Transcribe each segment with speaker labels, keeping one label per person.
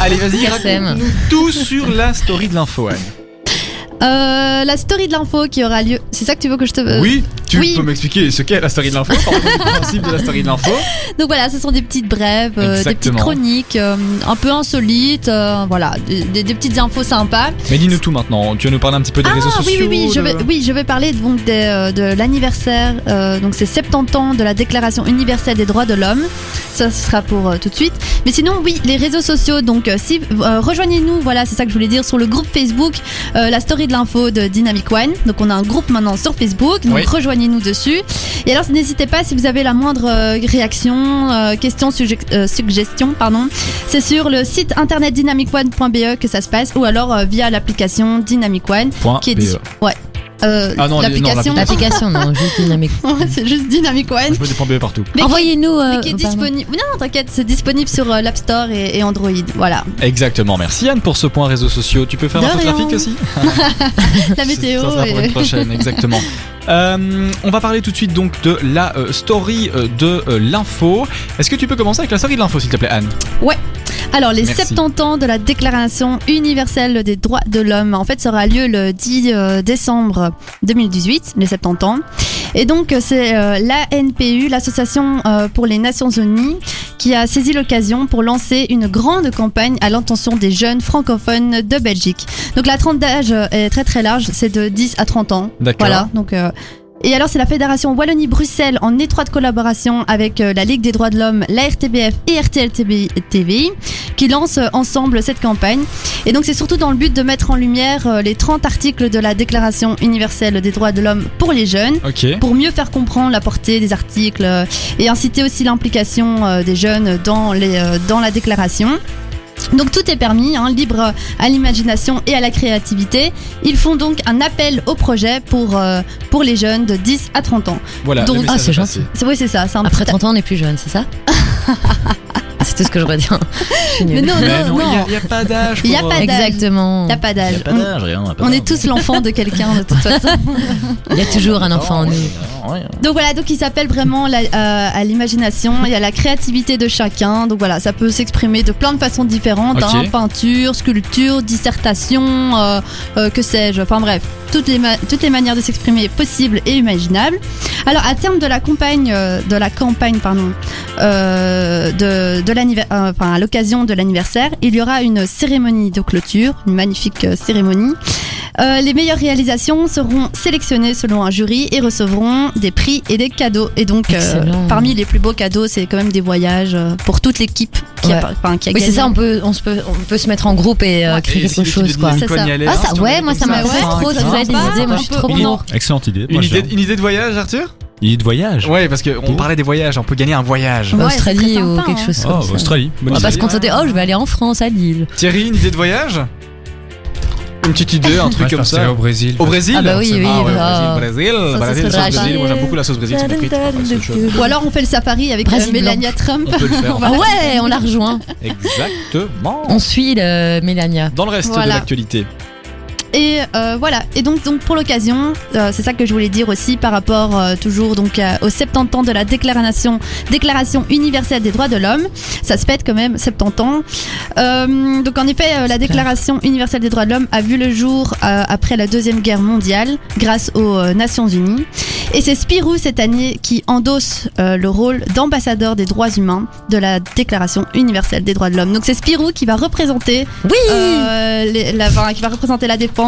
Speaker 1: Allez, vas-y,
Speaker 2: KSM.
Speaker 1: raconte-nous tout sur la story de l'info, Anne.
Speaker 2: Euh, la story de l'info qui aura lieu. C'est ça que tu veux que je te. euh,
Speaker 1: oui, tu
Speaker 2: oui.
Speaker 1: peux m'expliquer ce qu'est la story de l'info, par rapport au principe de la story de l'info.
Speaker 2: Donc voilà, ce sont des petites brèves, euh, des petites
Speaker 1: Exactement.
Speaker 2: chroniques, euh, un peu insolites, euh, voilà, des, des- des petites infos sympas.
Speaker 1: Mais dis-nous tout maintenant, tu vas nous parler un petit peu des
Speaker 2: Ah
Speaker 1: réseaux sociaux.
Speaker 2: oui, oui, oui, je
Speaker 1: de-
Speaker 2: vais, oui, je vais parler donc des, euh, de l'anniversaire, euh, donc c'est 70 ans de la Déclaration universelle des droits de l'homme. Ça, ce sera pour euh, tout de suite. Mais sinon, oui, les réseaux sociaux. Donc, euh, si euh, rejoignez-nous, voilà, c'est ça que je voulais dire sur le groupe Facebook, euh, la story de l'info de Dynamic One. Donc, on a un groupe maintenant sur Facebook. Donc,
Speaker 1: Oui.
Speaker 2: rejoignez-nous dessus. Et alors, n'hésitez pas si vous avez la moindre euh, réaction, euh, question, sujet- euh, suggestion, pardon. C'est sur le site internet dynamicone.be E que ça se passe, ou alors euh, via l'application Dynamic One
Speaker 1: Point E.
Speaker 2: qui est
Speaker 1: BE.
Speaker 2: dis- ouais. Euh,
Speaker 1: Ah non, les- non,
Speaker 2: l'application,
Speaker 3: L'application, non, juste dynamique.
Speaker 2: c'est juste Dynamic One,
Speaker 1: Je peux des points B E partout.
Speaker 2: mais qui-
Speaker 3: Envoyez-nous. euh,
Speaker 2: mais qui est
Speaker 3: pardon.
Speaker 2: disponible. Non, t'inquiète, c'est disponible sur euh, l'App Store et, et Android. Voilà,
Speaker 1: Exactement, merci Anne pour ce point réseaux sociaux. Tu peux faire
Speaker 2: De
Speaker 1: un peu de
Speaker 2: rien.
Speaker 1: trafic aussi
Speaker 2: la météo.
Speaker 1: Ça sera pour
Speaker 2: et-
Speaker 1: une prochaine, exactement. Euh, on va parler tout de suite donc de la euh, story euh, de euh, l'info. Est-ce que tu peux commencer avec la story de l'info, s'il te plaît, Anne
Speaker 2: Alors, les
Speaker 1: Merci.
Speaker 2: 70 ans de la Déclaration universelle des droits de l'homme, en fait, ça aura lieu le 10 euh, décembre 2018, les 70 ans. Et donc, euh, c'est euh, l'ANPU, l'Association euh, pour les Nations Unies, qui a saisi l'occasion pour lancer une grande campagne à l'intention des jeunes francophones de Belgique. Donc, la tranche d'âge euh, est très très large, c'est de 10 à 30 ans.
Speaker 1: D'accord.
Speaker 2: Voilà, donc. euh, et alors, c'est la Fédération Wallonie-Bruxelles en étroite collaboration avec euh, la Ligue des droits de l'homme, la RTBF et RTL TVI qui lancent euh, ensemble cette campagne. Et donc, c'est surtout dans le but de mettre en lumière euh, les 30 articles de la Déclaration universelle des droits de l'homme pour les jeunes
Speaker 1: Ok.
Speaker 2: pour mieux faire comprendre la portée des articles euh, et inciter aussi l'implication euh, des jeunes dans, les, euh, dans la déclaration. Donc tout est permis, hein, libre à l'imagination et à la créativité. Ils font donc un appel au projet pour, euh, pour les jeunes de 10 à 30 ans.
Speaker 1: Voilà.
Speaker 2: Donc-
Speaker 1: le message
Speaker 3: Ah, c'est
Speaker 1: est passé.
Speaker 3: gentil.
Speaker 2: C'est- Oui, c'est ça, c'est un
Speaker 3: Après
Speaker 2: petit-
Speaker 3: 30 ans, on est plus jeune, c'est ça C'est tout ce que je retiens. Je suis
Speaker 2: Mais
Speaker 3: nulle.
Speaker 2: non,
Speaker 1: Mais non,
Speaker 2: non, non,
Speaker 1: il n'y a, pas d'âge.
Speaker 2: Il y a
Speaker 1: pour,
Speaker 2: pas
Speaker 1: euh,
Speaker 2: d'âge.
Speaker 3: Exactement.
Speaker 2: il a pas
Speaker 1: il y
Speaker 2: d'âge.
Speaker 1: a pas
Speaker 2: On-
Speaker 1: d'âge, rien, a pas
Speaker 2: On
Speaker 1: d'âge.
Speaker 2: est tous l'enfant de quelqu'un de toute façon.
Speaker 3: Il y a toujours un enfant en
Speaker 1: Ouais,
Speaker 3: nous.
Speaker 1: ouais, ouais.
Speaker 2: Donc voilà, donc il s'appelle vraiment la- euh, à l'imagination et à la créativité de chacun. Donc voilà, ça peut s'exprimer de plein de façons différentes
Speaker 1: Ok.
Speaker 2: hein, peinture, sculpture, dissertation, euh, euh, que sais-je. Enfin bref, toutes les, ma- toutes les manières de s'exprimer possibles et imaginables. Alors à terme de la campagne, euh, de la campagne, pardon, euh, de, de l'anniver- euh, enfin, à l'occasion de l'anniversaire, il y aura une cérémonie de clôture, une magnifique euh, cérémonie. Euh, les meilleures réalisations seront sélectionnées selon un jury et recevront des prix et des cadeaux. Et donc, euh,
Speaker 3: Excellent.
Speaker 2: parmi les plus beaux cadeaux, c'est quand même des voyages euh, pour toute l'équipe qui, a,
Speaker 3: Ouais.
Speaker 2: par- enfin, qui a
Speaker 3: Oui, c'est
Speaker 2: gagné.
Speaker 3: ça, on peut, on, se peut, on peut se mettre en groupe et euh,
Speaker 2: Ouais.
Speaker 3: créer
Speaker 1: Et si
Speaker 3: quelque
Speaker 1: l'équipe
Speaker 3: chose,
Speaker 1: de
Speaker 3: quoi.
Speaker 1: Disney
Speaker 2: C'est
Speaker 1: Cogne
Speaker 2: ça.
Speaker 1: y allait,
Speaker 3: Ah,
Speaker 1: hein,
Speaker 3: ça,
Speaker 1: si on
Speaker 3: ouais,
Speaker 1: allait
Speaker 3: moi,
Speaker 1: comme
Speaker 3: ça m'intéresse
Speaker 1: hein,
Speaker 3: trop,
Speaker 1: hein.
Speaker 3: ça,
Speaker 2: c'est
Speaker 3: des
Speaker 2: sympa,
Speaker 3: idées, moi, je suis
Speaker 2: un peu
Speaker 3: trop
Speaker 2: au
Speaker 1: Il y a-
Speaker 3: pour.
Speaker 4: Excellente idée.
Speaker 1: Une
Speaker 4: moi, j'ai
Speaker 1: idée, une idée de voyage, Arthur
Speaker 4: un- Une idée de voyage.
Speaker 1: Ouais, parce qu'on
Speaker 4: Pour
Speaker 1: parlait des voyages, on peut gagner un voyage.
Speaker 2: Ouais, c'est
Speaker 3: Australie
Speaker 2: très
Speaker 3: ou
Speaker 2: sympa,
Speaker 3: quelque
Speaker 2: hein.
Speaker 3: chose
Speaker 4: Oh,
Speaker 3: comme ça.
Speaker 4: Australie.
Speaker 3: On
Speaker 4: Bonne
Speaker 3: va
Speaker 1: Australie.
Speaker 3: pas
Speaker 4: idée.
Speaker 3: se contenter, oh, je vais aller en France, à Lille.
Speaker 1: Thierry, une idée de voyage Une petite idée, un truc comme ça.
Speaker 5: au Brésil.
Speaker 1: Au Brésil
Speaker 3: Ah bah oui, oui,
Speaker 1: Ah ouais,
Speaker 3: bah.
Speaker 1: au Brésil, Brésil,
Speaker 2: ça
Speaker 1: Brésil,
Speaker 2: serait
Speaker 1: sauce
Speaker 3: drôle.
Speaker 1: Brésil. Moi j'aime beaucoup la sauce Brésil, c'est mes frites, enfin, c'est autre chose.
Speaker 2: Ou alors, on fait le safari avec euh,
Speaker 3: Brésil
Speaker 2: Melania Trump.
Speaker 1: On peut le faire.
Speaker 2: On va-
Speaker 3: Ah ouais, on la rejoint.
Speaker 1: Exactement.
Speaker 3: On suit le Mélania.
Speaker 1: Dans le reste de
Speaker 2: Voilà.
Speaker 1: l'actualité.
Speaker 2: Et euh, voilà. Et donc, donc pour l'occasion, euh, c'est ça que je voulais dire aussi par rapport euh, toujours donc à- aux 70 ans de la Déclaration, Déclaration universelle des droits de l'homme. Ça se fête quand même 70 ans. Euh, donc en effet, euh, la Déclaration universelle des droits de l'homme a vu le jour euh, après la deuxième guerre mondiale grâce aux euh, Nations Unies. Et c'est Spirou cette année qui endosse euh, le rôle d'ambassadeur des droits humains de la Déclaration universelle des droits de l'homme. Donc c'est Spirou qui va représenter
Speaker 3: Oui
Speaker 2: euh, les- la, enfin, qui va représenter la défense.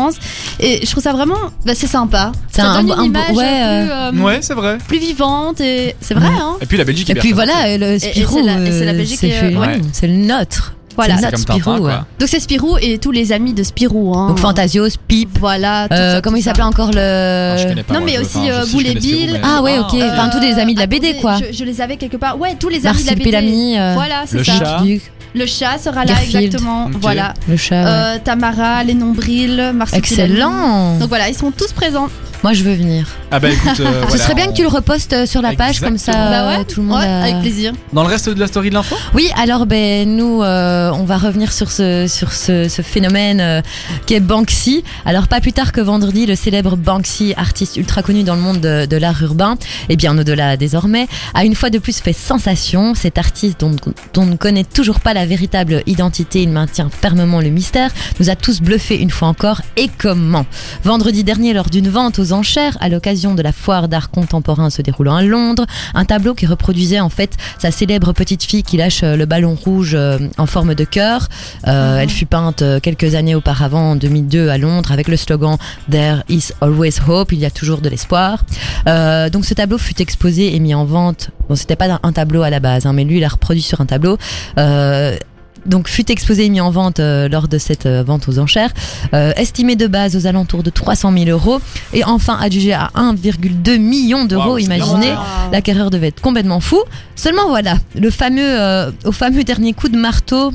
Speaker 2: Et je trouve ça vraiment, bah, c'est sympa.
Speaker 3: C'est
Speaker 2: ça
Speaker 3: un-
Speaker 2: donne une
Speaker 3: un-
Speaker 2: image
Speaker 3: ouais,
Speaker 2: plus, euh,
Speaker 1: Ouais, c'est vrai.
Speaker 2: plus vivante et c'est vrai.
Speaker 3: Ouais.
Speaker 2: Hein
Speaker 1: Et puis la Belgique est
Speaker 3: Et puis
Speaker 1: bien représentée.
Speaker 3: voilà, le
Speaker 2: c'est
Speaker 3: Spirou.
Speaker 2: la- et c'est la
Speaker 3: euh,
Speaker 2: Belgique
Speaker 3: c'est
Speaker 2: et, euh,
Speaker 3: chez-
Speaker 1: ouais.
Speaker 3: C'est le nôtre.
Speaker 2: Voilà.
Speaker 3: c'est
Speaker 1: C'est
Speaker 3: notre
Speaker 1: comme Tintin,
Speaker 3: Spirou.
Speaker 1: quoi.
Speaker 3: ouais.
Speaker 2: Donc c'est Spirou et tous les amis de Spirou. Hein.
Speaker 3: Donc Fantasios, Pip.
Speaker 2: Voilà. tout
Speaker 3: euh,
Speaker 2: ça,
Speaker 3: comment
Speaker 2: tout
Speaker 3: il
Speaker 2: ça.
Speaker 3: s'appelait encore
Speaker 1: Alors, Ah, je
Speaker 3: le.
Speaker 1: connais pas,
Speaker 2: non,
Speaker 1: moi,
Speaker 2: mais
Speaker 1: je-
Speaker 2: aussi,
Speaker 1: enfin, je
Speaker 2: euh,
Speaker 1: sais, je connais
Speaker 2: Boulet
Speaker 1: Spirou,
Speaker 2: Bill.
Speaker 1: mais-
Speaker 3: Ah ouais, ok.
Speaker 2: Euh,
Speaker 3: Enfin, tous les amis de la BD,
Speaker 2: attendez,
Speaker 3: quoi.
Speaker 2: Je, je les avais quelque part. Ouais, tous les amis
Speaker 3: Marcel
Speaker 2: de la BD.
Speaker 3: Pellamy, euh,
Speaker 2: Voilà, c'est
Speaker 1: le
Speaker 2: ça.
Speaker 1: chat.
Speaker 3: Duc,
Speaker 2: Le chat sera là
Speaker 3: Garfield.
Speaker 2: exactement.
Speaker 1: Ok.
Speaker 2: Voilà.
Speaker 3: le chat. ouais.
Speaker 2: Euh, Tamara, les nombrils, Marcel. Pellamy.
Speaker 3: Excellent
Speaker 2: Donc voilà, ils sont tous présents.
Speaker 3: Moi, je veux venir.
Speaker 1: Ah bah écoute, euh,
Speaker 3: Ce
Speaker 1: voilà,
Speaker 3: serait bien
Speaker 1: on-
Speaker 3: que tu le repostes euh, sur la page, comme ça
Speaker 2: Exactement. Bah ouais.
Speaker 3: euh, tout le monde.
Speaker 2: Ouais,
Speaker 3: euh,
Speaker 2: avec plaisir.
Speaker 1: Dans le reste de la story de l'info
Speaker 3: Oui, alors ben nous, euh, on va revenir sur ce sur ce, ce phénomène euh, qui est Banksy. Alors pas plus tard que vendredi, le célèbre Banksy, artiste ultra connu dans le monde de, de l'art urbain et bien au-delà désormais, a une fois de plus fait sensation. Cet artiste dont, dont on ne connaît toujours pas la véritable identité, il maintient fermement le mystère, nous a tous bluffé une fois encore et comment. Vendredi dernier, lors d'une vente aux enchères à l'occasion de la foire d'art contemporain se déroulant à Londres, un tableau qui reproduisait en fait sa célèbre petite fille qui lâche euh, le ballon rouge euh, en forme de cœur. Euh,
Speaker 2: Mhm.
Speaker 3: Elle fut peinte euh, quelques années auparavant, en 2002 à Londres, avec le slogan There is always hope, il y a toujours de l'espoir. Euh, donc ce tableau fut exposé et mis en vente. Bon, c'était pas un tableau à la base, hein, mais lui, il l'a reproduit sur un tableau. Euh, donc fut exposé et mis en vente euh, lors de cette euh, vente aux enchères, Euh, estimé de base aux alentours de 300 000 euros et enfin adjugé à 1,2 million d'euros,
Speaker 1: Waouh, c'est
Speaker 3: imaginez. L'acquéreur devait être complètement fou. Seulement voilà, le fameux, euh, au fameux dernier coup de marteau.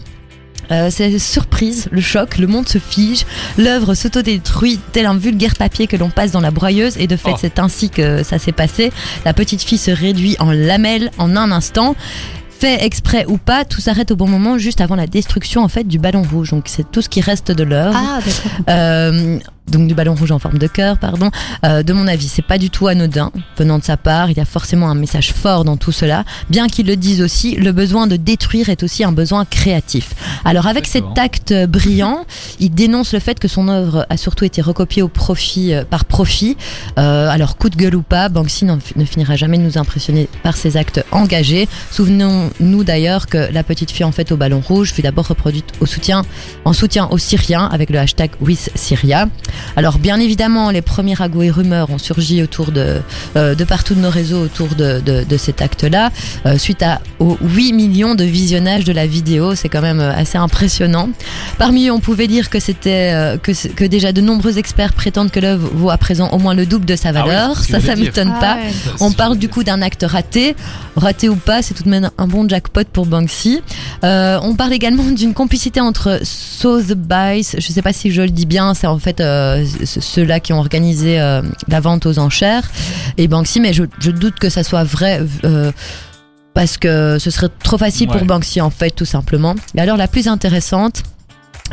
Speaker 3: euh, c'est surprise, le choc, le monde se fige, l'œuvre s'autodétruit tel un vulgaire papier que l'on passe dans la broyeuse et de fait
Speaker 1: Oh.
Speaker 3: c'est ainsi que ça s'est passé. La petite fille se réduit en lamelles en un instant. Fait exprès ou pas, tout s'arrête au bon moment juste avant la destruction en fait du ballon rouge. Donc c'est tout ce qui reste de l'œuvre.
Speaker 2: Ah, d'accord.
Speaker 3: Euh, donc du ballon rouge en forme de cœur, pardon. Euh, de mon avis, c'est pas du tout anodin. Venant de sa part, il y a forcément un message fort dans tout cela. Bien qu'ils le disent aussi, le besoin de détruire est aussi un besoin créatif. Alors avec cet
Speaker 1: Exactement.
Speaker 3: acte brillant, il dénonce le fait que son œuvre a surtout été recopiée au profit euh, par profit. Euh, alors coup de gueule ou pas, Banksy n'en- ne finira jamais de nous impressionner par ses actes engagés. Souvenons-nous d'ailleurs que la petite fille en fait au ballon rouge fut d'abord reproduite au soutien en soutien aux Syriens avec le hashtag WithSyria. Alors bien évidemment, les premiers ragots et rumeurs ont surgi autour de, euh, de partout de nos réseaux autour de, de, de cet acte-là, euh, suite à, aux 8 millions de visionnages de la vidéo, c'est quand même euh, assez impressionnant. Parmi eux, on pouvait dire que c'était euh, que, c'est- que déjà de nombreux experts prétendent que l'œuvre vaut à présent au moins le double de sa
Speaker 1: Ah oui,
Speaker 3: valeur.
Speaker 1: c'est ce que
Speaker 3: ça, ça
Speaker 1: j'allais dire.
Speaker 3: m'étonne
Speaker 2: Ah
Speaker 3: pas. On parle du coup d'un acte raté. Raté ou pas, c'est tout de même un bon jackpot pour Banksy. Euh, on parle également d'une complicité entre So the Bice, je sais pas si je le dis bien, c'est en fait euh, ce- ceux-là qui ont organisé euh, la vente aux enchères, et Banksy, mais je, je doute que ça soit vrai. euh, parce que ce serait trop facile
Speaker 1: Ouais.
Speaker 3: pour Banksy en fait tout simplement. Et alors la plus intéressante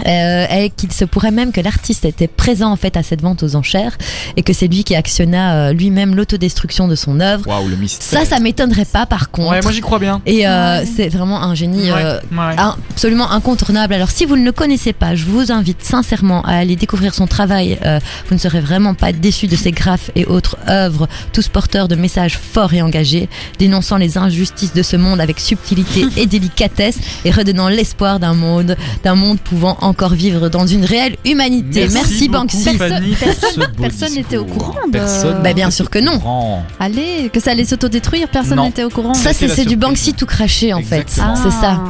Speaker 3: euh, est qu'il se pourrait même que l'artiste était présent en fait à cette vente aux enchères et que c'est lui qui actionna euh, lui-même l'autodestruction de son œuvre.
Speaker 1: Waouh, le mystère.
Speaker 3: Ça, ça m'étonnerait pas par contre.
Speaker 1: Ouais, moi j'y crois bien.
Speaker 3: et euh,
Speaker 2: Ouais.
Speaker 3: c'est vraiment un génie
Speaker 1: Ouais,
Speaker 3: euh,
Speaker 1: ouais.
Speaker 3: ah, absolument incontournable. Alors si vous ne le connaissez pas, je vous invite sincèrement à aller découvrir son travail. Euh, vous ne serez vraiment pas déçus de ses graphes et autres œuvres, tous porteurs de messages forts et engagés, dénonçant les injustices de ce monde avec subtilité et délicatesse et redonnant l'espoir d'un monde, d'un monde pouvant encore vivre dans une réelle humanité. Merci,
Speaker 1: beaucoup,
Speaker 3: Banksy.
Speaker 1: Fanny, pour
Speaker 2: Personne-
Speaker 1: ce beau
Speaker 2: personne n'était au
Speaker 1: discours.
Speaker 2: courant de-
Speaker 1: Personne
Speaker 3: Bah, bien
Speaker 1: n'était
Speaker 3: sûr que
Speaker 1: au
Speaker 3: non.
Speaker 1: courant.
Speaker 2: Allez, que ça allait s'autodétruire, personne
Speaker 1: Non.
Speaker 2: n'était au courant. Ah.
Speaker 3: Ça,
Speaker 1: C'était
Speaker 3: c'est
Speaker 1: la
Speaker 3: c'est du
Speaker 1: surprise.
Speaker 3: Banksy tout craché en fait.
Speaker 1: Exactement.
Speaker 3: C'est ça.